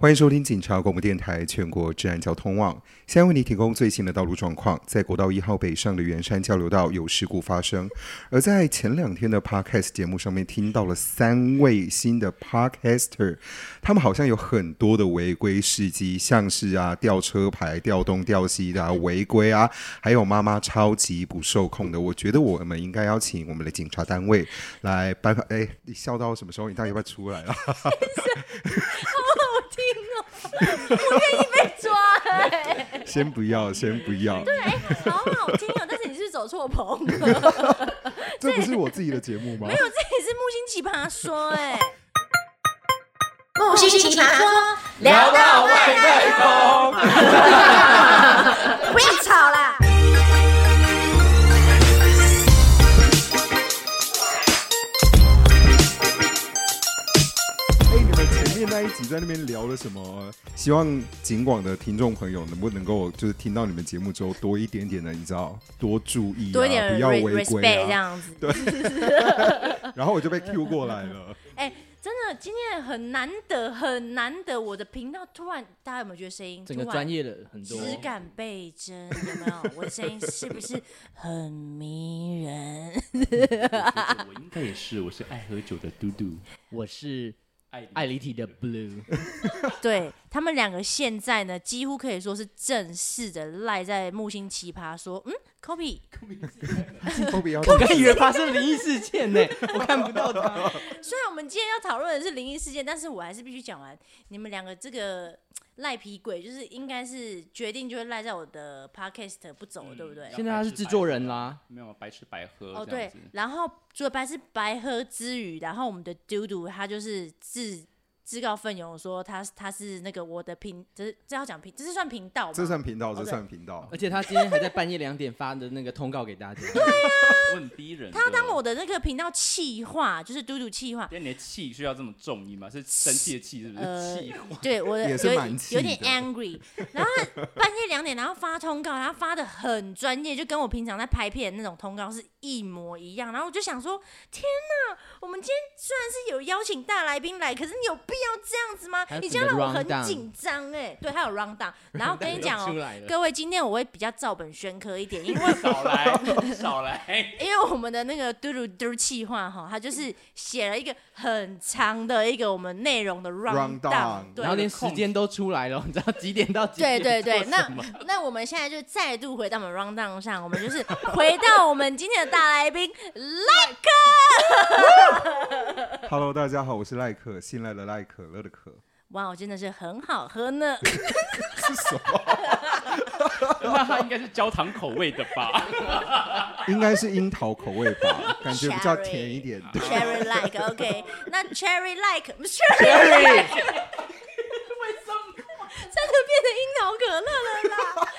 欢迎收听警察广播电台全国治安交通网，现在为你提供最新的道路状况。在国道一号北上的圆山交流道有事故发生，而在前两天的 podcast 节目上面听到了三位新的 podcaster，他们好像有很多的违规事迹，像是啊吊车牌、吊东吊西的、啊、违规啊，还有妈妈超级不受控的。我觉得我们应该邀请我们的警察单位来颁发。哎，你笑到什么时候？你到底要不要出来啊？ 好听哦，不愿意被抓哎、先不要， 先不要，好好听哦，但是你是走错棚了， 这不是我自己的节目吗？没有，这里是木星奇葩说哎、木星奇葩说，聊到外太空，不要吵啦！哎，你们前面那一集在那边聊了什么？希望警广的听众朋友能不能够就是听到你们节目之后多一点点的，你知道，多注意、啊，多一点不 re, 要违 respect 这规啊。样子。然后我就被 Q 过来 了，哎、真的今天很难得，很难得，我的频道突然，大家有没有觉得声音整个突然专业的很多，质感倍增，有没有？我的声音是不是很迷人？我应该也是，我是爱喝酒的嘟嘟。我是爱爱离体的 blue，对他们两个现在呢，几乎可以说是正式的赖在木星奇葩说，嗯，copy，后面要我 刚以为发生灵异事件呢， 我看不到他。虽然我们今天要讨论的是灵异事件，但是我还是必须讲完你们两个这个嘖赖皮鬼，就是应该是决定就会赖在我的 podcast 不走，对不对？现在他是制作人啦，没有白吃白喝哦，这样对子。，然后除了白吃白喝之余，然后我们的嘟嘟他就是自自告奋勇说他他是那个我的频，这是这要讲频，这是算频道吗？这算频道， OK 这算频道哦而。且他今天还在半夜两点发的那个通告给大家，我很逼人。他要当我，的那个频道气化，就是嘟嘟气化，但你的气需要这么重音吗？是生气的气，是不呃是？气 话对我的也有是蛮点气有点的 angry，然后他半夜两点，然后发通告，然后发的很专业，就跟我平常在拍片那种通告是一模一样。然后我就想说，天哪，我们今天虽然是有邀请大来宾来，可是你有必要这样子吗还？有你这整样让个我很 rundown 紧张哎。对，还有 round down，然后跟你讲出哦。来了，各位，今天我会比较照本宣科一点，因为 少 来，少来。因为我们的那个嘟嘟嘟气话哈，他就是写了一个很长的一个我们内容的 round Rundown 对然后，连时间都出来了，你 知道几点到几对点？对 对，那那我们现在就再度回到我们 round down 上，我们就是回到我们今天的大来宾 赖克。 Hello，大家好，我是赖可，信赖的赖，可乐的可。哇，真的是很好喝呢！那他应该是焦糖口味的 吧？应该是樱桃口味吧，感觉比较甜一点。对 Cherry like OK，那 Cherry like 不是 Cherry like，为什么真的变成樱桃可乐了啦？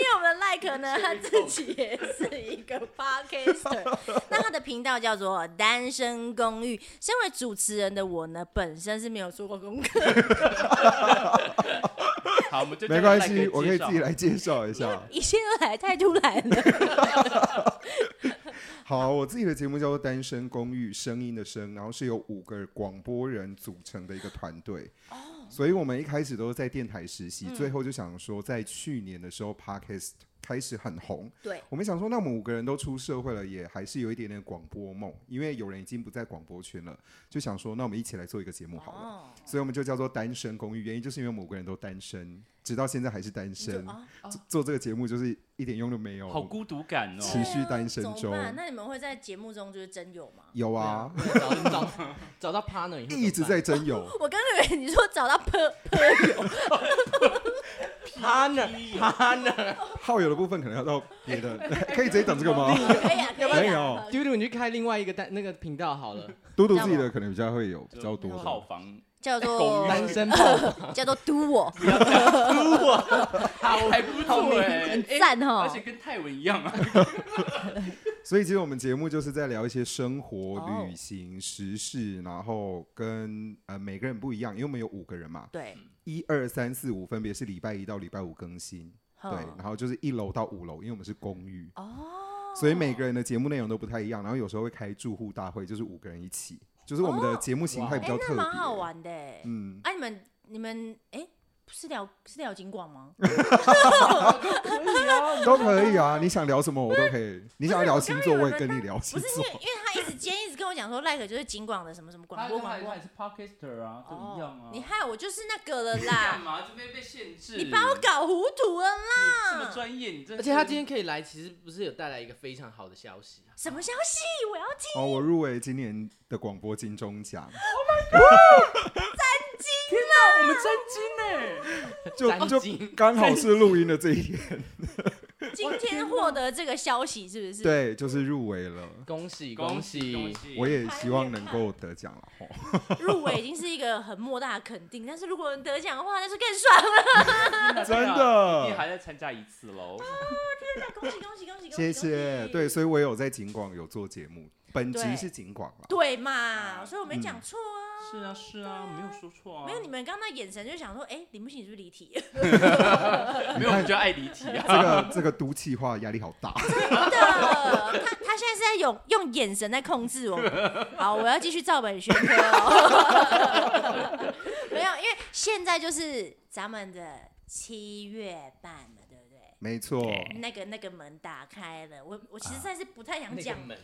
因为我们的 like 呢，他自己也是一个 podcaster，那他的频道叫做《单身公寓》。身为主持人的我呢，本身是没有做过功课，好，我们就没关系，我可以自己。来介绍一下。一切都来太突然了。好，我自己的节目叫做《单身公寓》，声音的声，然后是由五个广播人组成的一个团队。所以我们一开始都是在电台实习，最后就想说，在去年的时候，Podcast 开始很红，对，我们想说，那我们五个人都出社会了，也还是有一点点广播梦，因为有人已经不在广播圈了，就想说，那我们一起来做一个节目好了。哦，所以我们就叫做《单身公寓》，原因就是因为我们五个人都单身，直到现在还是单身。啊做做这个节目就是一点用都没有，好啊孤独感哦。持续单身怎么中办？那你们会在节目中就是真有吗？有啊，找找找到 partner 以后 一直在真有。我刚以为你说找到 per 怎么办 partner partner，炮友的部分可能要到别 的，可以直接讲这个吗？可以啊，可以啊没有嘟嘟你去开另外一个单那个频道好了，嘟嘟自己的可能比较会有比较多套的。房，叫公做寓单 身炮叫做嘟我，好还不错哎，哎赞哦而且跟泰文一样 啊。所以其实我们节目就是在聊一些生活、哦旅行、时事，然后跟呃每个人不一样，因为我们有五个人嘛，对，一二三四五分别是礼拜一到礼拜五更新，对，然后就是一楼到五楼，因为我们是公寓，哦，所以每个人的节目内容都不太一样，然后有时候会开住户大会，就是五个人一起，就是我们的节目形态哎比较，特那别。蛮好玩的欸。嗯，啊，你们你们哎、是聊是聊景广 吗？都可以啊，你想聊什么我都可以。你想要聊星座，我我刚也刚有跟你聊不星是因 座为。因为他一直今天一直跟我讲说 like 就是景广的什么什么广播广播他也是 podcaster 啊，这一样啊。哦你害我就是那个了干 啦，嘛这边被限制？你把我搞糊涂了啦！你这么专业，你真而的且他今天可以来，其实不是有带来一个非常好的消息啊。什么消息？我要听哦，我入围今年的广播金钟 奖，天哪，我们真金呢？就斩就金刚好是录音的这一 天，今天获得这个消息是不是？对，就是入围了。恭喜恭喜喜！恭喜！我也希望能够得奖了吼。入围已经是一个很莫大的肯定，但是如果能得奖的话，那就更爽了。真的你还在参加一次啊喽。恭喜恭喜恭喜！恭喜谢谢。对，所以我有在景广有做节目，本集对是景广啦。对嗯嘛，所以我嗯没讲错啊。是啊是啊，没有说错啊。没有，你，们刚刚那眼神就想说，哎、林不行是不是离 题？呃没有，我们就爱离题啊。这个这个读气话压力好 大，真的，他他现在是在用用眼神在控制我们。好，我要继续照本宣科、哦。 没有，因为现在就是咱们的七月半了，对不对？没错。那个那个门打开了，我我其实在是不太想哎啊那讲个门，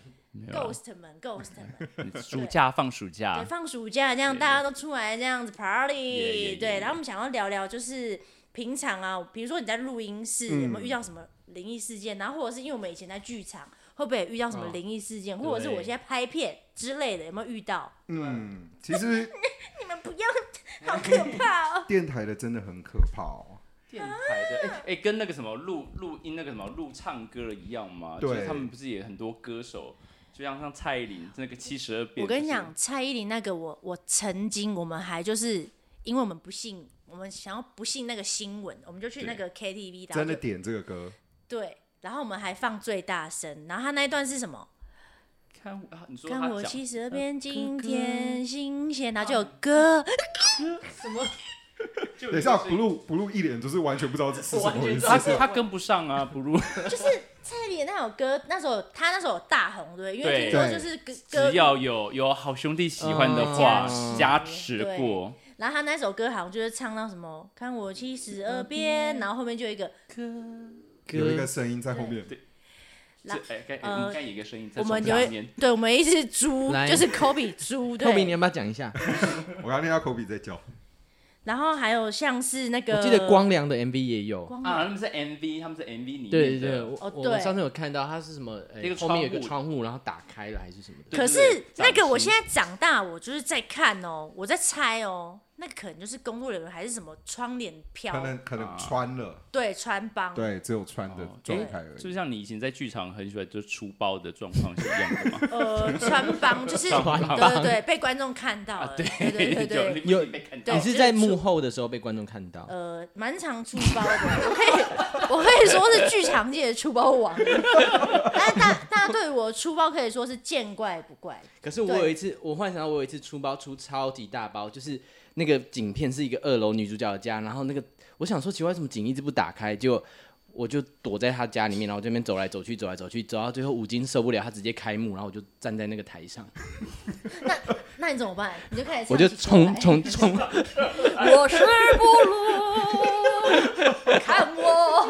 ghost 门 ghost 门，暑假放暑对，啊假，放暑假这样对大家都出来这样子 party， yeah, 对， yeah. 然后我们想要聊聊就是平常啊，比如说你在录音室有没有嗯遇到什么灵异事件，然后或者是因为我们以前在剧场会不会也遇到什么哦灵异事件，或者是我对现在拍片之类的有没有遇到？嗯，其实你们不要，好可 怕哦！电台的真的很可怕哦。电台的，哎哎，跟那个什么录录音那个什么录唱歌的一样嘛，对就是他们不是也很多歌手，就像像蔡依林那个七十二变，我跟你讲，蔡依林那个我我曾经我们还就是因为我们不信，我们想要不信那个新闻，我们就去那个 KTV，然后真的就点这个歌，对，然后我们还放最大声，然后他那一段是什么？就是，看我啊，你说看他我讲七十二变，今天新鲜，啊然后就有嗯歌，就等一下，blue blue 一脸就是完全不知道这是什么回事。他他跟不上啊，不如 就是蔡依林那首歌，那时候他那时候有大红，对不对，因为对听说就是歌只歌，要有有好兄弟喜欢的话嗯，加持过，然后他那首歌好像就是唱到什么“看我七十二变”，然后后面就有一个有一个声音在后面，这哎该呃应该有一个声音在我们就下会面，对，我们一只猪来就是 Kobe 猪，透明，你对，要不要讲一下？我刚听到口笔在叫。然后还有像是那个，我记得光良的 MV 也有。光啊，他们是 MV，他们是 MV 里面对对对，的我哦我对们上次有看到他是什么？呃一个后面有一个窗窗户，然后打开了还是什么的。可对对是对那个掌我心现在长大，我就是在看哦，我在猜哦，那可能就是工作人员还是什么窗帘可飘，能可能啊穿了，对，穿帮，对，只有穿的哦状诶态而就已。像你以前在剧场很喜欢就出包的状况是一样 的嘛？呃，穿帮就是穿帮啊对对对，被观众看到了，对对 对对对，就你被看到对你是在幕后的时候被观众看到，呃，蛮常出包的，我可以我可以说是剧场界的出包王， 但大大家对我出包可以说是见怪不怪，可是我有一次，我幻想到我有一次出包出超级大包，就是那个景片是一个二楼女主角的家，然后那个我想说奇怪，为什么景一直不打开？结果我就躲在她家里面，然后这边走来走去，走来走去，走到最后五金受不了，她直接开幕，然后我就站在那个台 上，那你怎么办？你就开始我就唱起歌来 冲冲冲，我是不如 看我。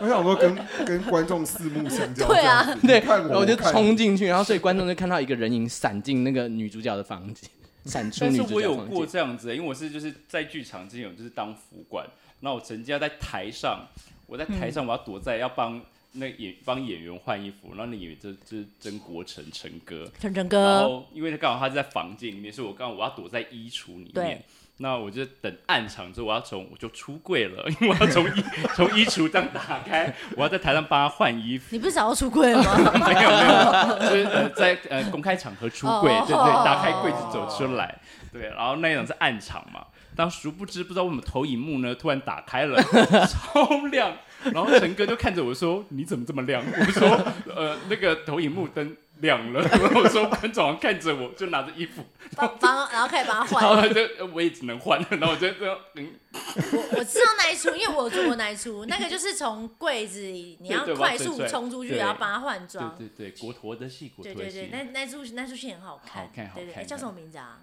我想说跟跟观众四目相交，对啊这样子，对，你看然后我我就看你冲进去，然后所以观众就看到一个人影闪进那个女主角的房间，闪出但女是主我角有房过间。这样子、欸因为我是就是在剧场之前，我就是当服管，那我曾经要在台上，我在台上我要躲在、要帮那演嗯帮演员换衣服，然后那演员就就是曾国成成哥，晨晨然哥，后因为他刚好他是在房间里面，所以我刚好我要躲在衣橱里面对。那我就等暗场之后，我要从我就出柜了，因为我要从衣 从衣橱这样打开，我要在台上帮他换衣服。你不是早要出柜了吗？没有没有，就是呃在呃公开场合出柜哦，对对，打开柜子走出来，对，然后那一场是暗场嘛，当殊不知不知道为什么投影幕呢突然打开了，超亮，然后陈哥就看着我说你怎么这么亮？我说呃那个投影幕灯亮了，然后我说观众好像看着我就拿着衣服，帮帮，然后开始帮他然后换。他就呃我也只能换，然后我就这样嗯我知道那一出，因为我有做过那一出，那个就是从柜子里你要对对快速往前冲出去，对然后帮他换对装。对对国陀的戏国对陀的对对，戏，那那出那出戏很好看好看，好对对，看 哎叫什么名字啊？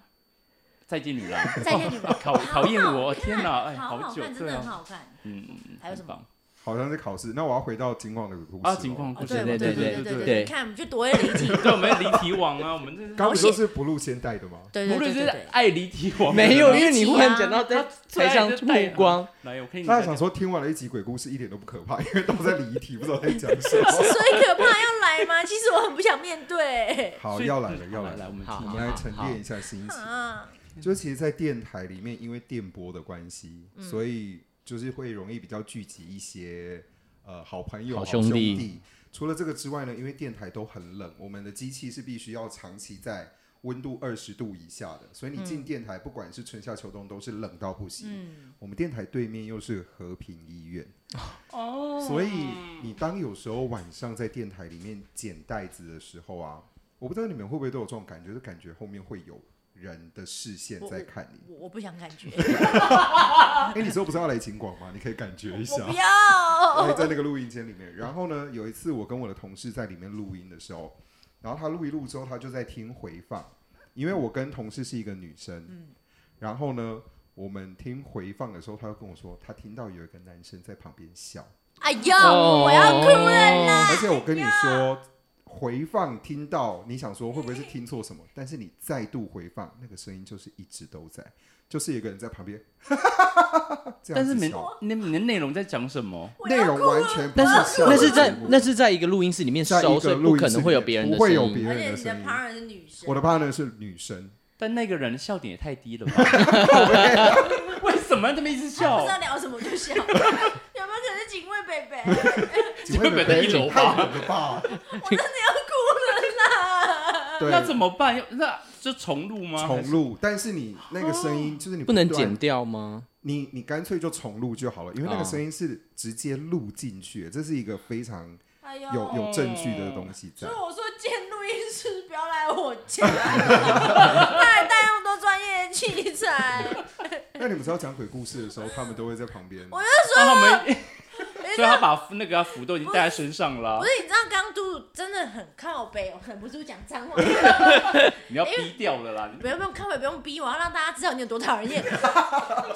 再见女郎》再见女郎考考验我，天哪，哪，哎，好好久，看，真对的很啊，好看。嗯，嗯还有什么很棒好像在考试。那我要回到金矿的故事、啊？情。况故哦事，对对对对对对对对你看我们就多会理 解。对，我们离题王啊，我们这是刚不都是不露先带的吗？对无对对对论是对， 爱离题王，没有，因为你一起啊忽然讲到在台上目光，啊来，我可以大家想说，听完了一集鬼故事，一点都不可怕， 因为都在离题，不知道在讲什么。 所以可怕要来吗？其实我很不想面对。好，所以要来了，嗯要好来来，了我。们好我听们来沉淀一下心情。啊，就是其实，在电台里面，因为电波的关系，所以就是会容易比较聚集一些呃好朋友、好好兄弟弟除了这个之外呢，因为电台都很冷，我们的机器是必须要长期在温度二十度以下的，所以你进电台，不管是春夏秋冬，都是冷到不行。嗯，我们电台对面又是和平医院，哦所以你当有时候晚上在电台里面捡袋子的时候啊，我不知道你们会不会都有这种感觉，就感觉后面会有人的视线在看你。我我不想感 觉，哎、你说不是要来秦广吗？你可以感觉一我下不。要。哎对，在那个录音间里面。然后呢，有一次我跟我的同事在里面录音的时候，然后他录一录之后，他就在听回放，因为我跟同事是一个女生。嗯然后呢，我们听回放的时候，他就跟我说，他听到有一个男生在旁边笑， 哎呦，我要哦哭了啦！而且我跟你说。回放听到，你想说会不会是听错哎什么？但是你再度回放，那个声音就是一直都在，就是有个人在旁边， 哈哈哈哈哈哈这样但是子没笑。那你的内容在讲什么？我内要容哭啊完了。全不但是笑的那是在节目那是在一个录音室里面在一收，所个以不录音室可能里会有面别人的不会有声别音。而人的且声你的音。旁人是女生，我的 partner 是女生，但那个人笑点也太低 了吧？为什么这么一直不笑知？道聊什么就笑。 有没有可能是警卫贝 贝？我请问你们基本的一楼吧太冷了吧？ 真的要哭了啦！ 对，啊那怎么办？要那就重录吗？还重是录？但是你那个声音就是你哦不能断剪，掉吗？你你干脆就重录就好了，因为那个哦声音是直接录进去，这是一个非常哎呦，有有证据的东西在所以。我说建录音师不要来我家， 他还带那么多专业器 材，那你们知道讲鬼故事的时候，他们都会在旁边。我那他们，人 所以家他把那个符都已经带在身上了不啊，是你知道刚刚嘟嘟真的很靠背，我忍不住讲脏话，你要逼掉了啦。不用不用靠背，不用逼我，要让大家知道你有多讨人厌。就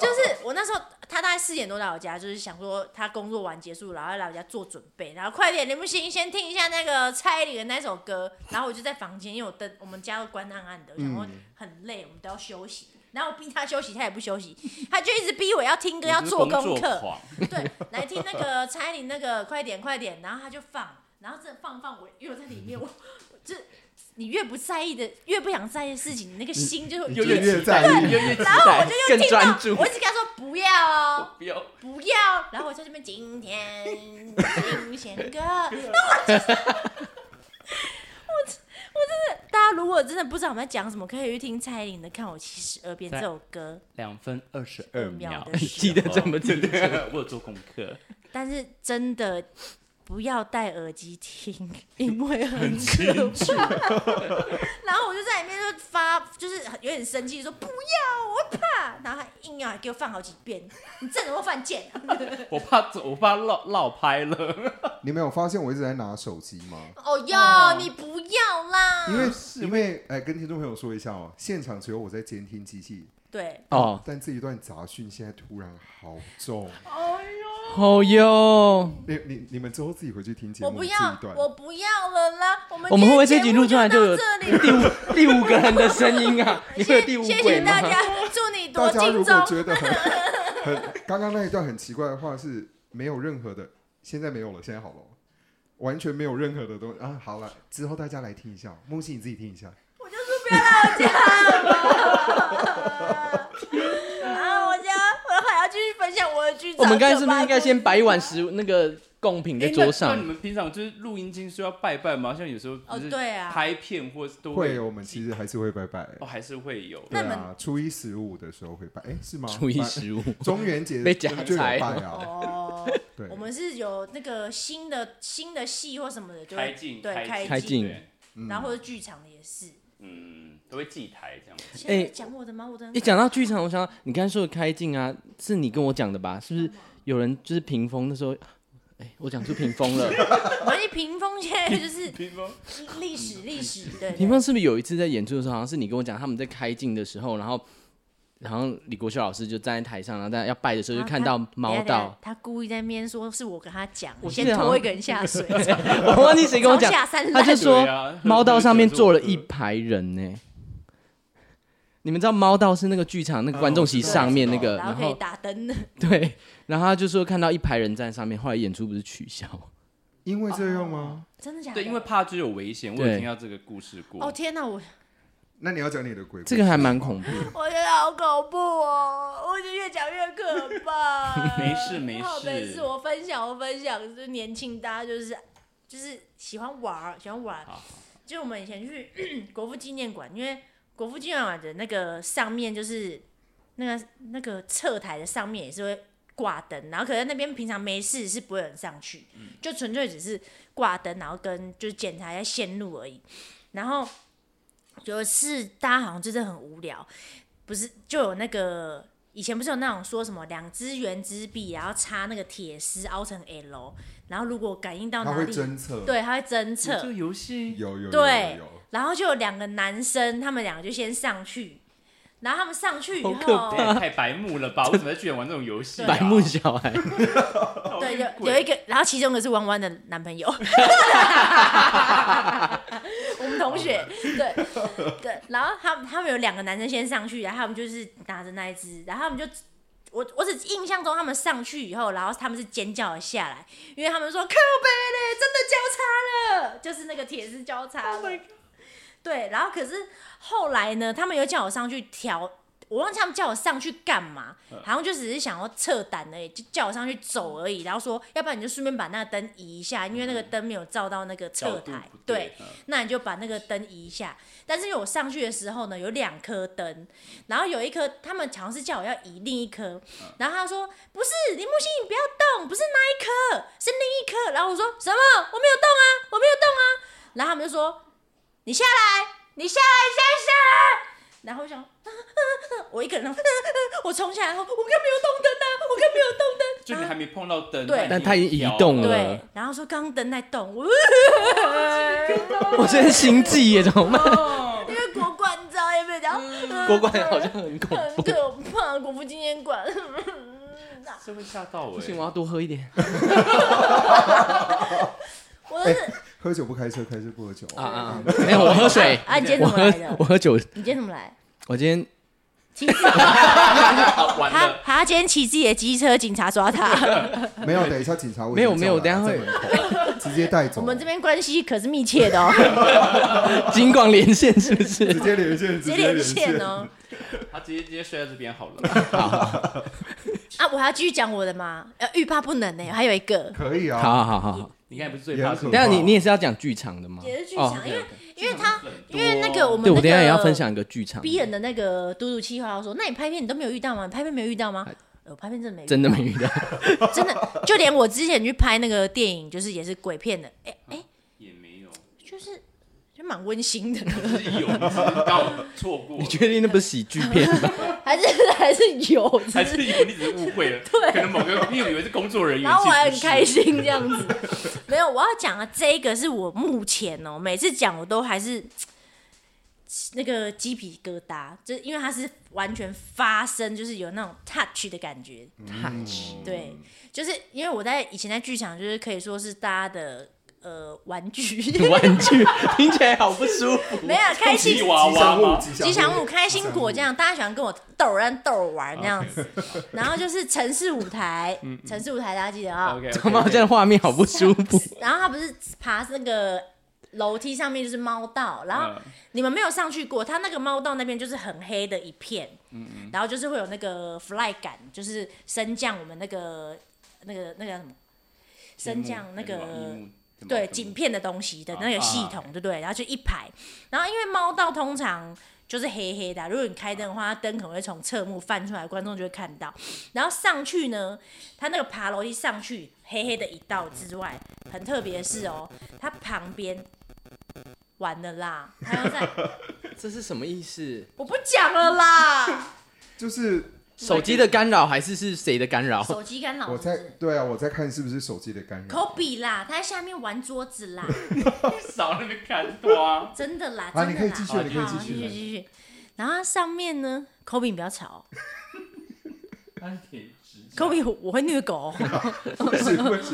是我那时候他大概四点多来我家，就是想说他工作完结束，然后来我家做准备，然后快点，你不行，先听一下那个蔡依林的那首歌。然后我就在房间，因为我灯我们家都关暗暗的，我想嗯说很累，我们都要休息。然后我逼他休息，他也不休息，他就一直逼我要听歌，要我就是做工功作课。狂， 对，来听那个蔡依林那个快点快点，然后他就放，然后这放放我，因为我在里面，我我这你越不在意的，越不想在意的事情，你那个心就会就又越越越期待，在意越越期然后我待，就更又听到专注，我一直跟他说不要哦，不要不要，然后我在这边今天新鲜歌， 那我就是我真我真的，大家如果真的不知道我们在讲什么，可以去听蔡依林的《看我七十二变》这在首歌。两分二十二秒秒，的你时候 记得这么清楚我有做功课，但是真的不要戴耳机听，因为很可怕。 然后我就在里面就发，就是很有点生气，说不要，我怕。然后他硬要给我放好几遍，你这人会犯贱、 我怕我怕落落拍 了。你没有发现我一直在拿手机吗？哦哟，你不要啦！啊因为因为哎，跟听众朋友说一下哦，现场只有我在监听机器，对，哦，但这一段杂讯现在突然好 重。好哟，你你你们之后自己回去听节目我这不一要，段。我不要了啦！我们我我们会不会这集录出来就就有到这里第五第五个人的声音啊？你会有第五谢鬼谢吗大？ 家，祝你多大家敬如果重。觉得 很很刚刚那一段很奇怪的话是没有任何的，现在没有了，现在好了，完全没有任何的东西啊。好了，之后大家来听一下，梦溪你自己听一下。我就说不要来我家 了。然后我家，我还要继续分享我的剧场。我们刚才是不酒吧是应该先摆一碗食物那个贡品哎在诶桌哎那上那你？们平常就是录音机是要拜拜吗？像有时候不哦是对啊拍片或是都会有，我们其实还是会拜拜。哦还是会有。对那你啊，初一十五的时候会拜，哎，是吗？ 初一十五，拜中元节被夹就有菜拜啊。哦，对我，们是有那个新的新的戏或什么的，就开会镜对开开镜哎对嗯然后或者剧场的也是。嗯，都会祭台这样。 现在在讲我的吗？我的一讲到剧场，我想到你刚才说的开镜啊，是你跟我讲的吧？是不是有人就是屏风的时候？哎，我讲出屏风了。我们一屏风现在就是 屏风历史历史，对，对屏风是不是有一次在演出的时候，好像是你跟我讲他们在开镜的时候，然后然后李国修老师就站在台上，然后大家要拜的时候就啊看他到等一毛下等一道下，他故意在那边说是我跟他讲，我我记先得好拖像一个人下 水，我忘记谁跟我讲从，下山他烂就说对啊猫道上面坐了一排人呢、你们知道猫道是那个剧场那个观众席上面那个，然后然可以后打灯的，对，然后他就说看到一排人站上面，后来演出不是取消，因为这样哦吗？真的假的？对，因为怕就有危险，我对有听到这个故事过。。哦天哪，我那你要讲你的鬼故事这个还蛮恐怖的。 我觉得好恐怖哦，我觉得越讲越可怕 没事没事好没事，我分享我分享，就是年轻大家就是就是喜欢玩儿，喜欢玩儿好好。就我们以前去 国父纪念馆，因为国父纪念馆的那个上面就是那个那个侧台的上面也是会挂灯，然后可是那边平常没事是不会有人上去，就纯粹只是挂灯，然后跟就是检查一下线路而已。然后有一次大家好像就是很无聊，不是就有那个以前不是有那种说什么两支圆珠笔，然后插那个铁丝凹成 L，然后如果感应到他哪会里，侦测，对，它会侦有这测个。游戏有有有对有有然后就有两个男生，他们两个就先上去，然后他们上去以好可后，哎太白目了吧？为什么在剧场玩这种游戏、啊？哦 白目小孩，讨 对，厌有鬼有一个，然后其中一个是弯弯的男朋友， 我们同学，对对，然后他们他们有两个男生先上去，然后他们就是拿着那一只，然后他们就。我我只印象中他们上去以后，然后他们是尖叫了下来，因为他们说靠背嘞，真的交叉了，就是那个铁丝交叉了。对，然后可是后来呢，他们又叫我上去调，我忘记他们叫我上去干嘛，嗯好像就只是想要撤胆而已，就叫我上去走而已，然后说要不然你就顺便把那个灯移一下，因为那个灯没有照到那个侧嗯角度台不，对对，，嗯那你就把那个灯移一下。但是因为我上去的时候呢，有两颗灯，然后有一颗他们好像是叫我要移另一颗，然后他说不是林木星，你不要动，不是那一颗，是另一颗。然后我说什么？我没有动啊，我没有动啊。然后他们就说你下来，你下来，你下来，下来。然后我想，啊我一个人，啊我冲下来后，我更没有动灯啊，我更没有动灯。就你还没碰到灯，对但他已经移嗯动对了，，然后说刚刚灯在动，我 我现在心悸耶，怎么办？因为国馆你知道有没有讲？嗯郭冠好像很恐很怖，可怕，国父纪念馆。这会吓到不我、行，欸。我要多喝一点我是喝酒不开车，开车不喝酒啊啊！ 没有，我 喝水，啊，你今天我怎么喝来的我？喝酒，你今天怎么来？我今天骑自啊完他了，他今天骑自己的机车，警察抓他。没有，等一下警察会没有没有叫来等一在门口直接带走。我们这边关系可是密切的哦，金广连线是不是？ 直接连线，直接连连线。哦。他直接直接睡在这边好了。 啊，我还要继续讲我的吗？呃，欲罢不能呢，还有一个可以啊，好好好好好，你看不是最怕也很可什等怕么但样？你你也是要讲剧场的吗？也是剧哦场，因为因为他因为那个我们对，我等一下那也个要分享一个剧场，逼人的那个嘟嘟气话，要说那你拍片你都没有遇到吗？你拍片没有遇到吗？呃我拍片真的没遇到哎真的没遇到。真的，就连我之前去拍那个电影，就是也是鬼片的，哎、哎、也没有，就是就蛮温馨的，只是有，只是刚好错过了 你，确定那不是喜剧 片吗？还是还是有，只还是是有，你只是误会了。 对可能某个你以为是工作人员，然后我还其很实不是开心这样子。 没有，我要讲的这一个是我目前哦、每次讲我都还是那个鸡皮疙瘩，就是因为它是完全发生，就是有那种 touch 的感觉。touch，对，就是因为我在以前在剧场，就是可以说是大家的呃玩 具， 玩具听起来好不舒服。没有开心吉娃啊娃 吗？吉祥物、开心果这样，大家喜欢跟我逗让逗玩那样子。然后就是城市舞台，嗯城市舞台大家记得啊。 OK，怎么好像画面好不舒服？然后他不是爬那个楼梯上面就是猫道，然嗯后你们没有上去过，他那个猫道那边就是很黑的一片，然后就是会有那个 fly 感，就是升降我们那个那个那个叫什么升降那啊个对景片的东西的那个系统，对不对？然后就一排，然后因为猫道通常就是黑黑的啊、如果你开灯的话，它灯可能会从侧幕翻出来，观众就会看到。然后上去呢，它那个爬楼梯上去，黑黑的一道之外，很特别的是哦，它旁边完了啦，还要在， 这是什么意思？我不讲了啦，就是手机的干扰还是是谁的干扰？手机干扰我是不在是。对啊，我在看是不是手机的干扰。科比啦，他在下面玩桌子啦，少那边看多啊。 真的啦，啊真你的可以啦，继续好你可以好继续继续继续。然后上面呢，科比，你不要吵。他是舔指甲科比，我会虐 狗。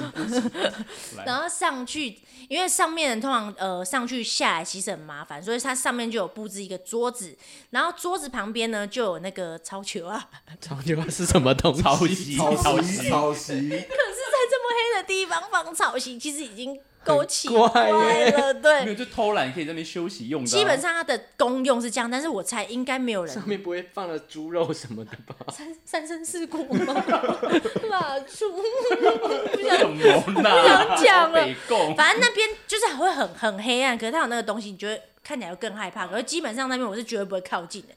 来然后上去，因为上面人通常呃上去下来其实很麻烦，所以它上面就有布置一个桌子，然后桌子旁边呢就有那个超球啊。 超级蛙是什么东西？抄袭，抄袭，抄袭，可是，在这么黑的地方放草席，其实已经够奇怪耶了。没有对，就偷懒可以在那边休息用的啊。基本上它的功用是这样，但是我猜应该没有人上面不会放了猪肉什么的吧？三三生四果吗？ 蜡烛。 什么呢？不想讲了北贡反正那边就是会很很黑暗，可是它有那个东西，你就会看起来会更害怕。可是基本上那边我是绝对不会靠近的。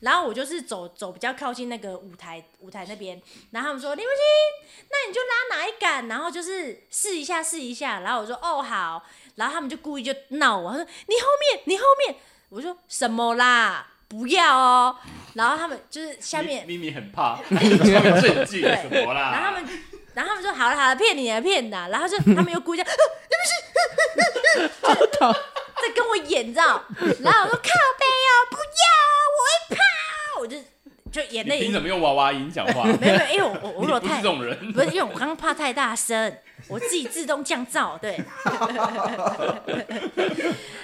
然后我就是走走比较靠近那个舞台舞台那边，然后他们说林不信，那你就拉哪一杆，然后就是试一下试一下。然后我说哦好，然后他们就故意就闹我，他说你后面你后面，我说什么啦？不要哦，然后他们就是下面咪咪咪 很怕，他们震惊对什么啦？然后他们，然后他们说好了好了，骗你了骗你了，然后 就他们又故意这样，啊对不起，在跟我演，你知道？然后我说靠背哦，不要，我会怕，我就就眼你泪凭什么用娃娃音讲话？没有没有，因为我我我你如果不是太这种 人，不是因为我刚刚怕太大声， 我自己自动降噪，对。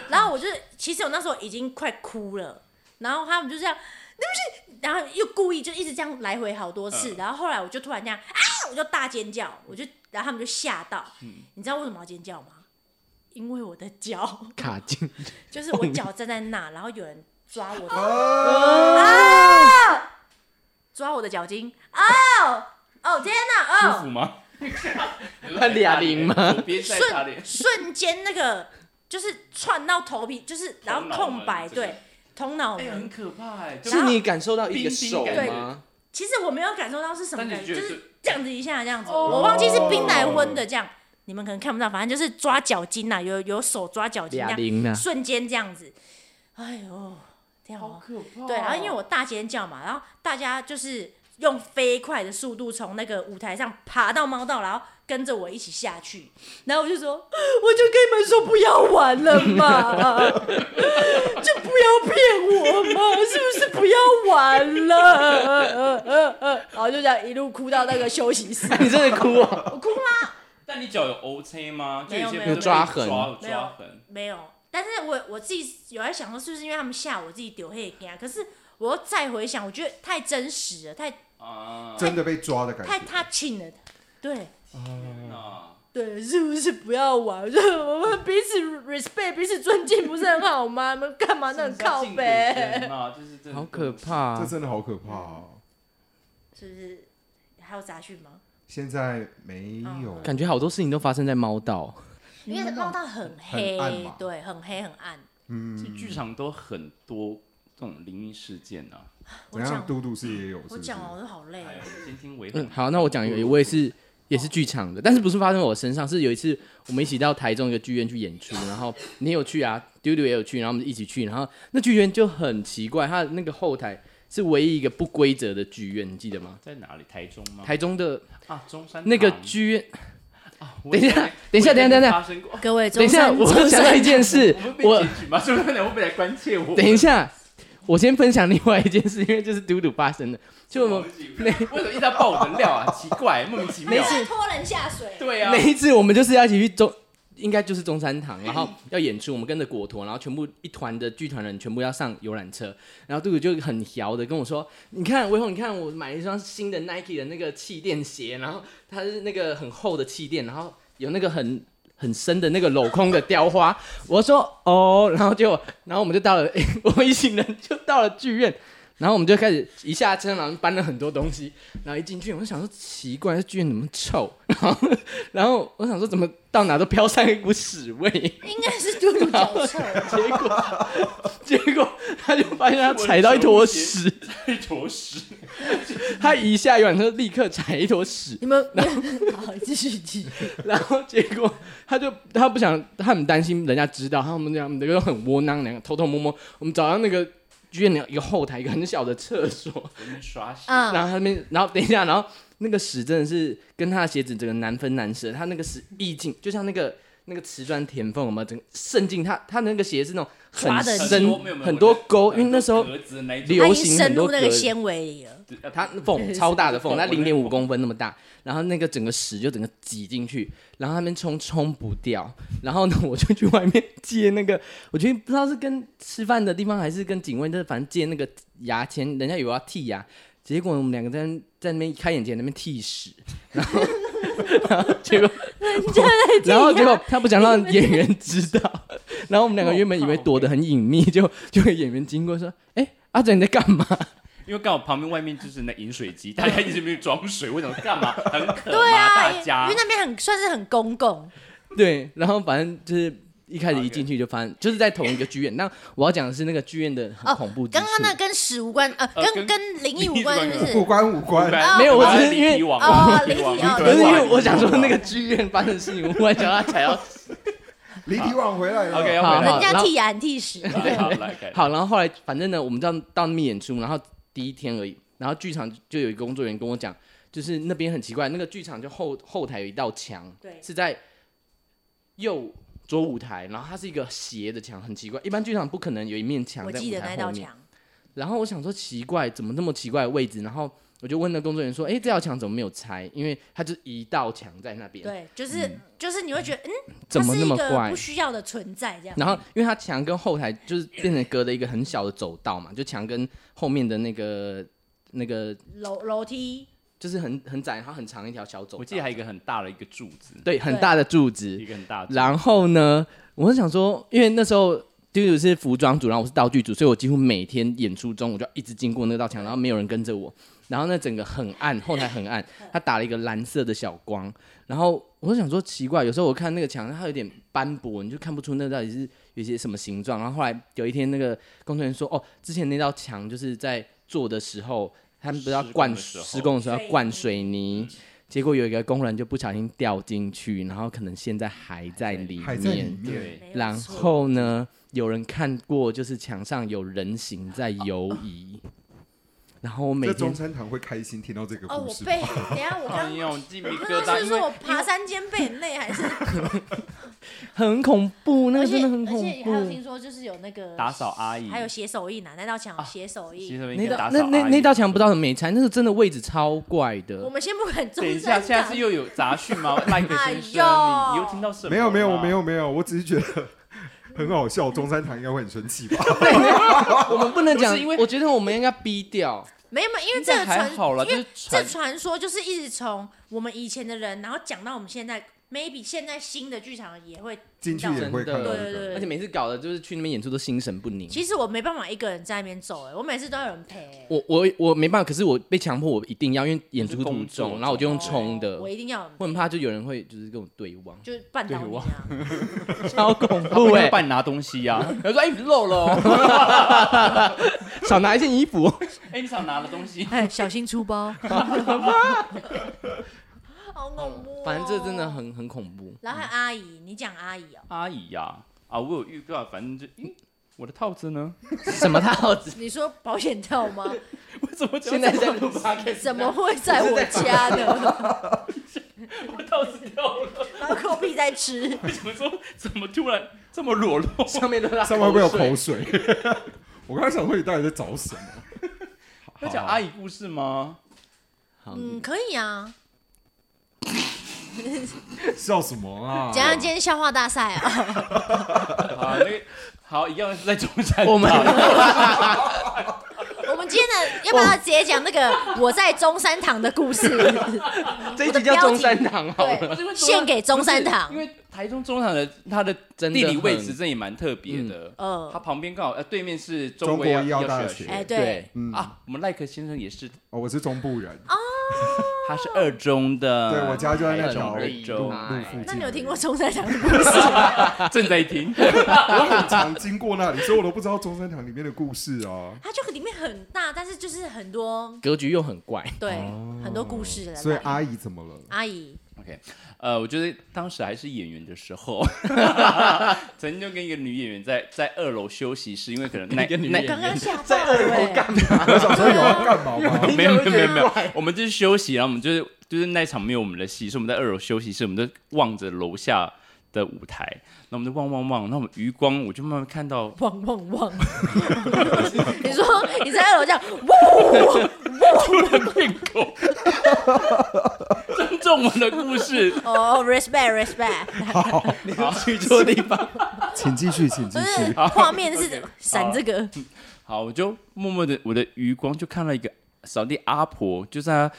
然后我就是，其实我那时候已经快哭了，然后他们就这样，对不起，然后又故意就一直这样来回好多次，然后后来我就突然这样啊，我就大尖叫，我就然后他们就吓到，你知道为什么要尖叫吗？因为我的脚， 卡进就是我脚站在那，然后有人抓我的啊抓我的脚筋，哦哦天哪，哦舒服吗？他俩零吗？ 左边在打脸瞬，瞬间那个就是窜到头皮，就是然后空白，头脑门这个对，头脑哎，很门。可怕哎。就是你感受到一个冰冰手感吗？其实我没有感受到是什么但你感觉，就觉得是这样子一下这样子，哦我忘记是冰奶温的这样，你们可能看不到，反正就是抓脚筋呐，有有手抓脚筋俩这样，零呢？瞬间这样子，哎呦，天啊！好可怕哦。对，然后因为我大尖叫嘛，然后大家就是用飞快的速度从那个舞台上爬到猫道，然后跟着我一起下去，然后我就说， 我就跟你们说不要玩了嘛， 就不要骗我嘛，是不是不要玩了？ 然后就这样一路哭到那个休息室， 你真的哭啊？我哭啦，但你脚有 O C 吗？就没有些没有人有抓痕抓有没抓有痕。没有，但是我我自己有在想说，是不是因为他们吓我自己丢黑给啊他，可是。我又再回想，我觉得太真实了，太啊，真的被抓的感太觉。 touching 了，对，那对，是不是不要玩？就是我们彼此 respect，彼此尊敬，不是很好吗？你们干嘛那那很靠背？啊，就是真的 好可。怕、这啊！真的好可怕、啊！是不是？还有杂讯吗？现在没有，哦感觉好多事情都发生在猫道，因为闹到很黑，很暗嘛对，很黑很暗。其实剧场都很多这种灵异事件啊。我怎讲样？，嘟嘟是也有，是我不是讲？哦完我都好累哎，。我们先听维嗯，恒。好，那我讲一个，我也是也是剧场的，但是不是发生在我身上，是有一次我们一起到台中一个剧院去演出，然后你也有去啊，丢丢也有去，然后我们一起去，然后那剧院就很奇怪，它的那个后台是唯一一个不规则的剧院，你记得吗？在哪里？台中吗？台中的啊，中山堂那个剧院，啊，我等一下以为，等一下，我以等为一下，等一下，发生过。各位，等一下，我想到一件事我们，被我检举吗？是不是会不会来关切我？等一下，我先分享另外一件事，因为就是嘟嘟发生的，就我们为什么一直要爆我的料啊？奇怪，莫名 其妙。拖人下水。对啊那，一次我们就是要一起去中，应该就是中山堂，然后要演出，我们跟着果陀，然后全部一团的剧团人全部要上游览车，然后杜杜就很摇的跟我说：“你看，威宏，你看我买了一双新的 Nike 的那个气垫鞋，然后它是那个很厚的气垫，然后有那个很。”很深的那个镂空的雕花，我说哦，然后就， 然后我们就到了，我们一行人就到了剧院，然后我们就开始一下车，然后搬了很多东西，然后一进去，我就想说奇怪，这剧院怎么臭？然后，然后我想说怎么到哪都飘散一股屎 味，应该是嘟嘟脚臭。结果， 结果他就发现他踩到一坨屎，一坨屎。他一下游览车立刻踩一坨屎， 你们 好，继续继续。然后结果他就他不想，他很担心人家知道，他们两我们都很窝囊，两个偷偷摸摸。我们找到那个剧院的一个后台，一个很小的厕所，我们刷洗，嗯，然后他 那边，然后等一下，然后那个屎真的是跟他的鞋子整个难分难舍，他那个屎意境就像那个。那个瓷砖填缝，有没有整个渗进他他那个鞋是那种刷很得进深去没有没有很多我沟，因为那时 候格子的那一种啊它流已经行很深多入那个格子纤维里了，它缝超大的 缝，那零点五公分那么大，然后那个整个屎就整个挤进去，然后他们冲冲不掉，然后呢我就去外面 借那个，我觉得不知道是跟吃饭的地方还是跟警卫，就是反正借那个牙签，人家以为我要剔牙，结果我们两个在那在那边开眼前那边剔屎， 然后然后结 果 然后结果他不想让演员知道，然后我们两个原本以为躲得很隐秘，就就有演员经过说，哎、阿哲你在干嘛？因为刚好旁边外面就是那饮水机，大家一直没有装水，我想说干嘛？很渴对吗？啊，大因为家那边很算是很公共， 对，然后反正就是一开始一进去就发现就是在同一个剧院。那我要讲的是那个剧院的很哦恐怖之刚处。刚那跟屎无关，呃，呃跟跟跟灵异灵无异关，是无不无是？关无关， 那没有我只是因为以往哦以往离题哦不对是因为对我想说那个剧院发生的事情，我忽然想到才要离题网回来了。 OK 要好回来好哦人家然后剃牙剃屎，来好来开始好。然后后来反正呢，我们到到那边演出，然后第一天而已，然后剧场就有一个工作人员跟我讲，就是那边很奇怪，那个剧场就后后台有一道墙，对是在右。左舞台，然后它是一个斜的墙，很奇怪。一般剧场不可能有一面墙我在记舞得台那后道面，墙，然后我想说奇怪，怎么那么奇怪的位置？然后我就问那工作人员说：“哎，这道墙怎么没有拆？因为它就一道墙在那边。对，就是就是你会觉得，嗯，怎么它是那么一个怪不需要的存在这样。然后因为它墙跟后台就是变成隔了一个很小的走道嘛，就墙跟后面的那个那个楼楼梯，就是很很窄，然后很长一条小走道。我记得还有一个很大的一个柱子，对很大的柱子，一个很大的柱子。然后呢，我是想说，因为那时候丢丢是服装组，然后我是道具组，所以我几乎每天演出中，我就一直经过那道墙，然后没有人跟着我，然后那整个很暗，后台很暗，他打了一个蓝色的小光，然后我就想说奇怪，有时候我看那个墙，它有点斑驳，你就看不出那到底是有些什么形状。然后后来有一天，那个工作人员说，哦，之前那道墙就是在做的时候，他们不是要灌施工的时候施工的时候要灌水泥。结果有一个工人就不小心掉进去，然后可能现在还在里还在里面。面，对，没有然错后呢，有人看过，就是墙上有人形在游移。然后我每在天中山堂会开心听到这个哦，故我事吗。背，等一下我哎 刚呦，鸡皮不疙知道瘩，是因说为我爬山肩背很累， 还是很恐怖，那而个且真的很而恐且还有听怖。说就是有那个打扫阿姨，还有写手印啊，那道墙有啊写手其印。实那个道打那扫那阿姨那道墙不知道没拆，那个真的位置超怪我的。们先不管中等一下，山现在是堂，又有杂讯吗？赖克先生，哎呦你又听到什么？啊没有没有没，有没有，我只是觉得很好笑。中山堂应该会很生气吧？ 我们不能不讲是因为，我觉得我们应该逼掉。没有没有，因为 这这个还传，好了，因就为是这传传说就是一直从我们以前的人，然后讲到我们现在，maybe 现在新的剧场也会。进去也会看到、这真的个。对对对而且每次搞的就是去那边演出都心神不宁。其实我没办法一个人在那边走、哎，我每次都要有人陪、哎我我我没办法，可是我被强迫，我一定要，因为演出就是途工作中，然后我就用冲的，哦我我一定要有人陪，很怕就有人会就是跟我对望，就是绊倒你啊。 超恐他不怖哎、会帮你拿东西呀、 啊。他说：“哎、漏了、哦，少拿一件衣服。哎，你少拿了东西。哎，小心出 包，好恐怖、”哦反正这真的。很很恐怖。然后还有阿姨，你讲阿姨哦，阿姨呀、啊，我有预告，反正就，嗯，我的套子呢？什么套子？你说保险套 吗？我怎么现在在录 podcast，怎么会在我家 呢？我套子掉了？然后抠屁在吃，我想说，怎么突然这么裸露？上面都 拉上面会不会有口口水？ 我刚才想说你到底在找什 么？要讲阿姨故事吗？好嗯，可以啊。笑什么啊？怎样？今天笑话大赛啊？好，啊那个好，一样是在中山。我们 我们今天的要不要直接讲那哦个我在中山堂的 故事？这一集叫中山堂好了。对，献给中山堂因。为台中中山的它的真的地理位很置，真的也蛮特别的。它呃，旁边刚好，呃，对面是中国国医药药大学学哎，对，对，嗯、啊。我们赖克先生也是，哦，我是中部人，他是二中的。对我家就在那哎条二路中啊路附近。那你有听过？中山堂的故事？ 正在听。我很常经过那里，所以我都不知道中山堂里面的故事啊。它就里面很大，但是就是很多格局又很怪。对很多故事的啦。哦所以啊阿姨怎么了？阿姨， OK，呃，我觉得当时还是演员的时候， 曾经就跟一个女演员在在二楼休息室，因为可能那一个女哎那演刚员刚吓到了欸，我想说有要干嘛 吗？没有没有对啊没有没有，我们就是休息，然后我们就是就是那一场没有我们的戏，所以我们在二楼休息室，我们就望着楼下的舞台，那我们就望望望，那我们余光我就慢慢看到， 汪汪汪！ 你说你在二楼这样，哇！尊重我们的故事，哦 ，respect respect，去错地方，请继续，请继不是续。画面是闪这个，好，我就默默的，我的余光就看到一个扫地阿婆，就在她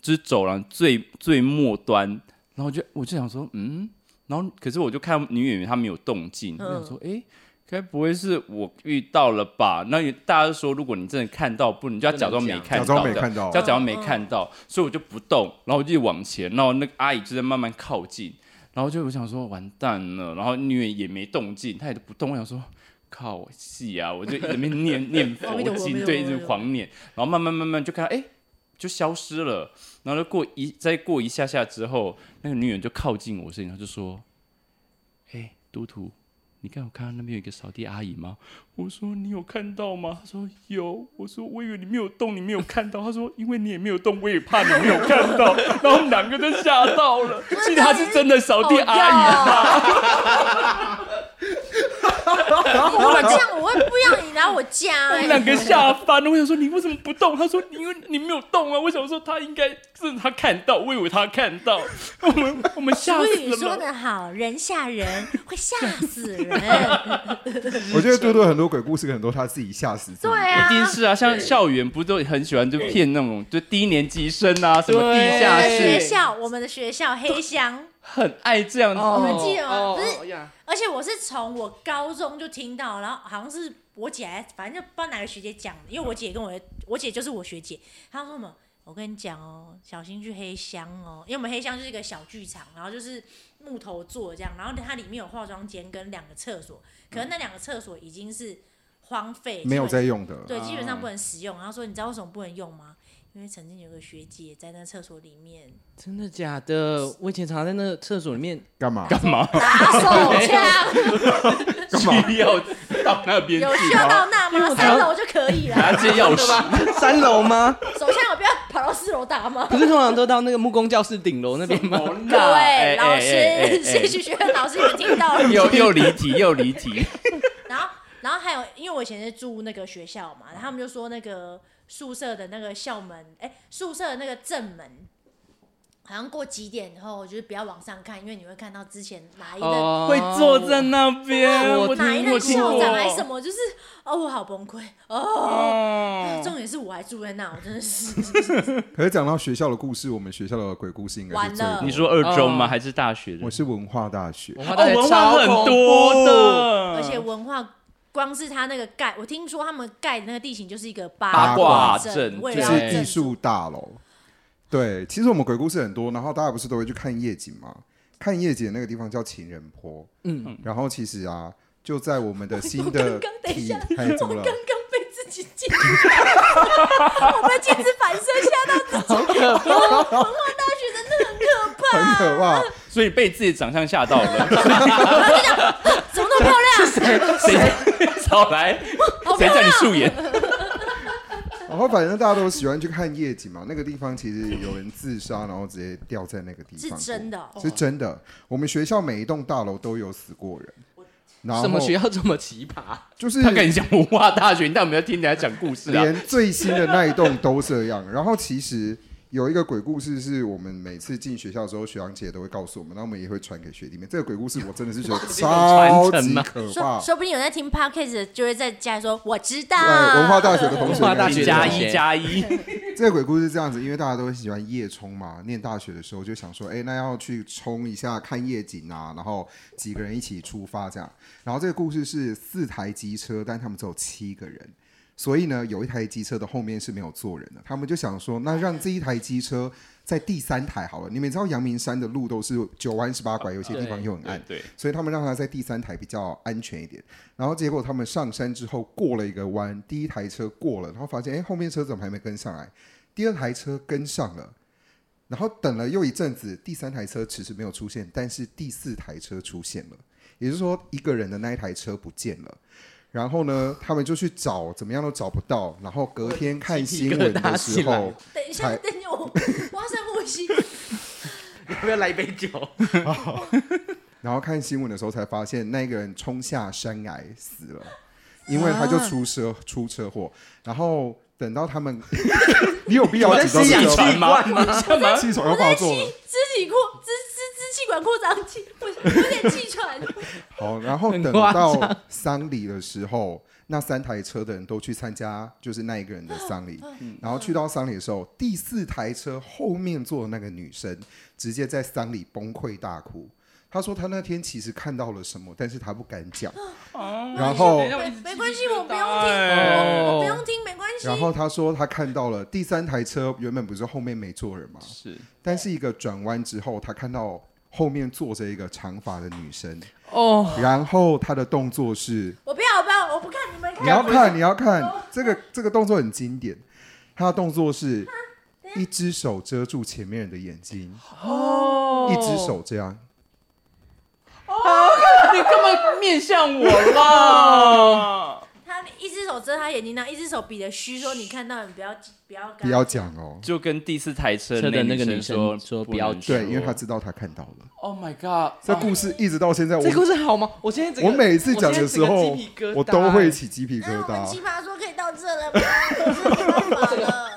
就是走廊最最末端，然后我就我就想说，嗯，然后可是我就看女演员她没有动静，我想说，诶，该不会是我遇到了吧？那也大家都说，如果你真的看到，不，你就要假装没假看到，装没看到就，要假装没看到，所以我就不动，然后我就往前，然后那个阿姨就在慢慢靠近，然后就我想说完蛋了，然后女人也没动静，她也不动，我想说靠戏啊，我就一直在那边念念佛阿弥陀佛阿弥经，陀对，一佛直狂念，然后慢慢慢慢就看到哎、就消失了，然后就过一再过一下下之后，那个女人就靠近我身上，她就说，哎、嘟嘟。你刚有看到那边有一个扫地阿姨吗？我说你有看到吗？她说有。我说我以为你没有动，你没有看到。她说因为你也没有动，我也怕你没有看到。然后我们两个都吓到了，其实她是真的哦扫地阿姨。姨。 我这样我会不让你来我家、哎我们两个吓翻了。我想说你为什么不动？他说因为你没有动啊。我想说他应该是他看到，我以为他看到。我们我们吓俗语死说了。得好，人吓人会吓死 人。我觉得多多很多鬼故事，很多他自己吓死自己对。一定啊，是啊，像校园不都很喜欢就骗那种就低年级生啊，什么地对下我们学室，校，我们的学校黑箱，很爱这样子。我们记得吗？哦不是，呀而且我是从我高中就听到，然后好像是我姐还，反正就不知道哪个学姐讲的，因为我姐跟我的，我姐就是我学姐，她说什么？我跟你讲哦，小心去黑箱哦，因为我们黑箱就是一个小剧场，然后就是木头做这样，然后它里面有化妆间跟两个厕所，可能那两个厕所已经是荒废，没有基本在用啊的，对，基本上不能使用。然后说你知道为什么不能用吗？因为曾经有个学姐在那厕所里面真的假的？我以前常常在那个厕所里面，干嘛？干嘛？打手枪，需要到那边有去需要吗？到那吗？三楼就可以了。拿借 钥匙，三楼吗？手枪有必要跑到四楼打 吗？不是通常都到那个木工教室顶楼那边吗？各位哎老哎 哎师，哎戏剧学院老师，你们听到了吗？又又离题，又离题。然后，然后还有，因为我以前是住那个学校嘛，然后他们就说那个宿舍的那个校门，哎，宿舍的那个正门。好像过几点以后，就是不要往上看，因为你会看到之前哪一任、哦会坐在那边，我我哪一我任听校过长还是什么，就是哦，我好崩溃哦。哦重点是我还住在那，我真的是可是讲到学校的故事，我们学校的鬼故事应该是最完了多。你说二中吗？哦还是大学的？我是文化大学，文化哦大学，文化很多的，而且哦文化光是他那个盖，我听说他们盖的那个地形就是一个八卦阵，阵为就了要是镇艺术大楼。对，其实我们鬼故事很多，然后大家不是都会去看夜景吗？看夜景的那个地方叫情人坡，嗯，然后其实啊，就在我 们的新的我刚刚等一体下，哎，怎我么了？刚刚被自己镜子，我被镜子反射吓到自己，好可怕！文化大学真的很可 怕，很可怕，所以被自己的长相吓到了。怎么那么漂亮？谁少来？好谁漂叫你亮！素颜？然后反正大家都喜欢去看夜景嘛。那个地方其实有人自杀，然后直接掉在那个地是方，真的哦，是真的。我们学校每一栋大楼都有死过人，然什后么学校这么奇葩？就是他跟你讲文化大学，你但没有听人家讲 故事啊？连最新的那一栋都这样。然后其实有一个鬼故事，是我们每次进学校的时候，学长姐都会告诉我们，那我们也会传给学弟妹。这个鬼故事我真的是觉得超级可怕说。啊说不定有在听 podcast 的就会在家里说我知道。对，啊文化大学的同学应该知道，文化大学的加同学一加 一，这个鬼故事这样子，因为大家都很喜欢夜冲嘛。念大学的时候就想说，哎，那要去冲一下看夜景啊，然后几个人一起出发这样。然后这个故事是四台机车，但他们只有七个人，所以呢，有一台机车的后面是没有坐人的。他们就想说，那让这一台机车在第三台好了。你们知道阳明山的路都是九弯十八拐，有些地方又很暗哎对，对，所以他们让他在第三台比较安全一点。然后结果他们上山之后过了一个弯，第一台车过了，然后发现哎后面车怎么还没跟上来？第二台车跟上了，然后等了又一阵子，第三台车迟迟没有出现，但是第四台车出现了，也就是说一个人的那一台车不见了。然后呢，他们就去找，怎么样都找不到。然后隔天看新闻的时候，等一下，才等 一下，我我要深呼吸。要不要来一杯酒？然后看新闻的时候才发现，那个人冲下山崖死了，因为他就出车、出车祸。然后等到他们，你有必要我在知道吸这氧个气吗？罐 吗？干嘛？气喘要发作了。支气扩支支支气管扩张气，我有点气喘。好，然后很等夸到丧礼的时候，那三台车的人都去参加，就是那一个人的丧礼。然后去到丧礼的时候，第四台车后面坐的那个女生，直接在丧礼崩溃大哭。她说她那天其实看到了什么，但是她不敢讲。然后等一下没没关系我不用听哦哎我不用听，没关系。然后她说她看到了第三台车原本不是后面没坐人吗？是但是一个转弯之后，她看到后面坐着一个长发的女生，哦，然后她的动作是我不要，我不要，我不看你们你要看。看，你要看这个这个动作很经典，他的动作是一只手遮住前面人的眼睛，哦，一只手这样，你干嘛面向我 啦？他一只手遮他眼睛，然后一只手比着虚说：“你看到，你不要不要不干。要讲哦，就跟第四台车车的那那个女女生说说不不要能去对，因为他知道他看到了。 Oh my God！这故事一直到现在，我哦这故事好吗？我现在整个我每一次讲的时我候现在整个鸡皮疙瘩，我都会起鸡皮然疙后我们奇瘩。葩说可以到这了吗？我真的没办 法了，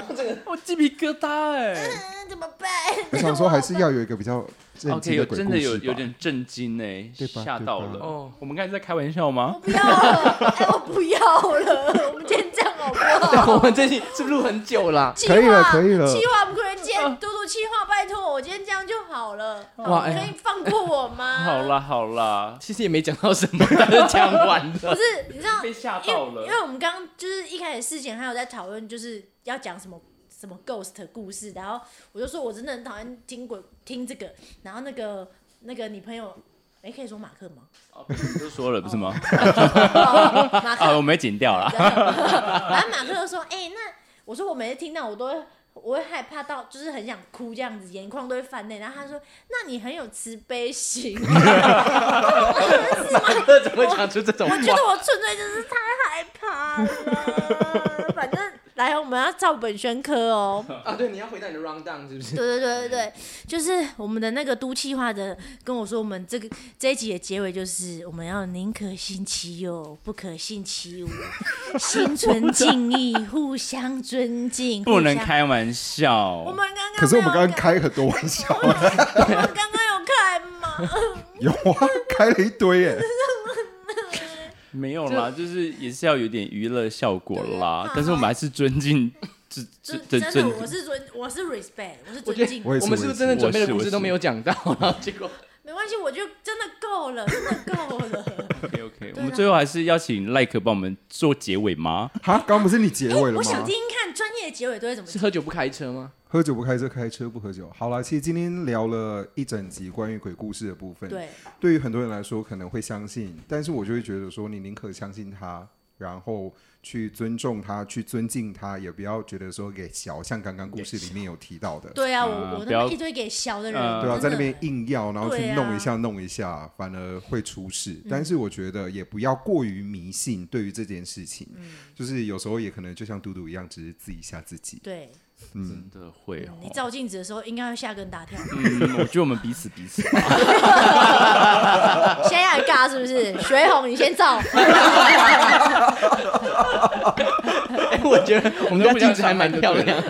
我鸡皮疙瘩哎。嗯，怎么办？我想说，还是要有一个比较震 OK，惊有鬼真故的有事有吧。点震惊哎，对吧吓到对了。吧哦，我们刚才在开玩笑吗我？不要了，哎，我不要了，我们今天这样好不好？我们这集是不是录很久啦？计划 可以了，可以了。计划不可以今天多多计划，拜托我今天这样就好了，呃哇可哎以放过我 吗？好，啦好啦，其实也没讲到什么，但是讲完不了。是你知道，被吓因到为了因。为我们刚刚就是一开始事前还有在讨论，就是要讲什么什么 ghost 故事，然后我就说我真的很讨厌听鬼听这个，然后那个那个你朋友，哎、可以说马克吗？哦都说了不是吗？哦马克啊，我没剪掉啦。然后马克就说：“哎、那我说我每次听到我都会，我会害怕到，就是很想哭这样子，眼眶都会泛泪。”然后他说：“那你很有慈悲心。” 马克 怎么会讲出这种我话？觉得我纯粹就是太害怕了。反正来，我们要照本宣科哦。啊，对，你要回到你的 round down 是不对是？对 对对对，就是我们的那个都气化的跟我说，我们这个这一集的结尾就是我们要宁可信其有，不可信其无， 心存敬意，互相 尊敬，不能互相开玩笑我。们刚刚可是我们刚没刚有开啊很多玩笑，啊 开，我们刚刚有 开吗？有啊，开了一堆耶。没有啦，就是也是要有点娱乐效果对啦啊。但是我们还是尊敬，尊就尊真尊的，我尊，是尊，我是 respect，我是我尊觉敬得，我也是我们是不是真的准备的故事都没有讲到， 然后结果没关系，我就真的够了， 真的够了。 OK 啊 OK。我们最后还是邀请赖可帮我们做结尾吗？哈，刚刚不是你 结尾了哎我吗？想听听看专业的结尾都会怎么是讲。喝酒不开车吗？喝酒不开车，开车不喝酒。好了，其实今天聊了一整集关于鬼故事的部分。，对，对于很多人来说可能会相信，但是我就会觉得说，你宁可相信他，然后去尊重他，去尊敬他，也不要觉得说给小，像刚刚故事里面有提到的，对啊，我嗯我不那要么一堆给小的人，嗯对啊，呃在真的那边硬要，然后对去啊嗯弄一下弄一下，反而会出事。但是我觉得也不要过于迷信对于这件事情，嗯就是有时候也可能就像嘟嘟一样，只是自己吓自己。 对，嗯，真的会哦。你照镜子的时候应该会吓跟大跳， 嗯，我觉得我们彼此彼此。先要你尬是不 是？水红，你先照。 哎，我觉得 我们家镜子还蛮漂亮。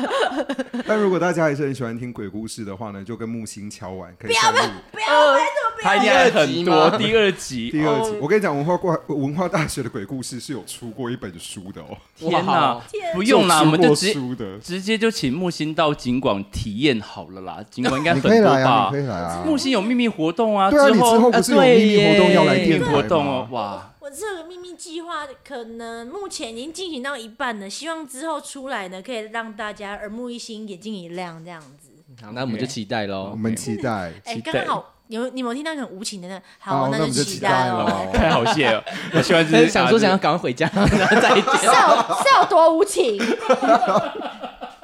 但如果大家还是很喜欢听鬼故事的话呢，就跟木星敲完可以加入呃他应该很多。第二集，第二集。哦我跟你讲，文化怪文化大学的鬼故事是有出过一本书的哦，天哇哪，不用啦，我是有们出就过直书的。直接就请木星到景广体验好了 啦。景广应该你很可以多来啊，你吧可？以来啊。木星有秘密活动啊，对啊，你之后后不是有秘密活动啊要来电台吗活动哦，？哇，我这个秘密计划可能目前已经进行到一半了，希望之后出来呢，可以让大家耳目一新、眼睛一亮这样子。好，那我们就期待我喽。们期待。哎，期刚待好有你有没有听到很无情的那？好，好，我就们就期待哦。咯。太好谢了！我希望就 但是是哎想说想要赶快回家， 然后再是有是有多无情？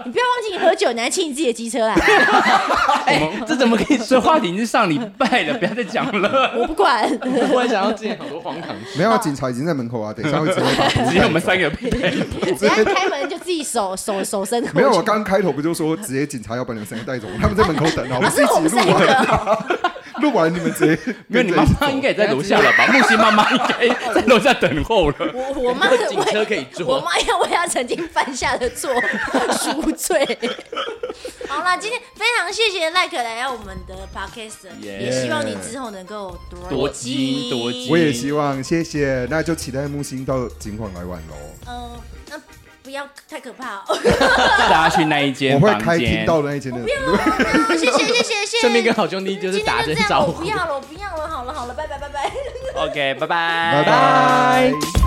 你不要忘记你喝酒，你还骑你自己的机车来，啊哎，这怎么可 以这说话话题已经上礼拜了，不要再讲 了。我不管。突然想到之前好多荒唐事。没有，警察已经在门口啊，等一下会直接把 毒直接我们三个被只要开门就自己手手手伸过去。没有，我 刚开头不就说直接警察要把你们三个带走，他们在门口等啊，我们啊自是我们己三录啊，个，录完你们直接没有，你妈妈应该也在楼下了吧？木星妈妈应该在楼下等 候了。我我妈有没有警为车可以坐我妈要为她曾经犯下的 错赎罪。好啦，今天非常谢谢赖可来到我们的 podcast，、 Yeah 也希望你之后能够多多金多金我也希望，谢谢，那就期待木星到金矿来玩喽。嗯，那不要太可怕、哦。 大家去那一我间会房开听间，到那一间的，谢谢谢谢谢顺便谢跟。好兄弟就是今打天声就这招样，我哦呼不。要了，我不要了，好了好了，拜拜拜拜。 OK，拜拜。拜拜。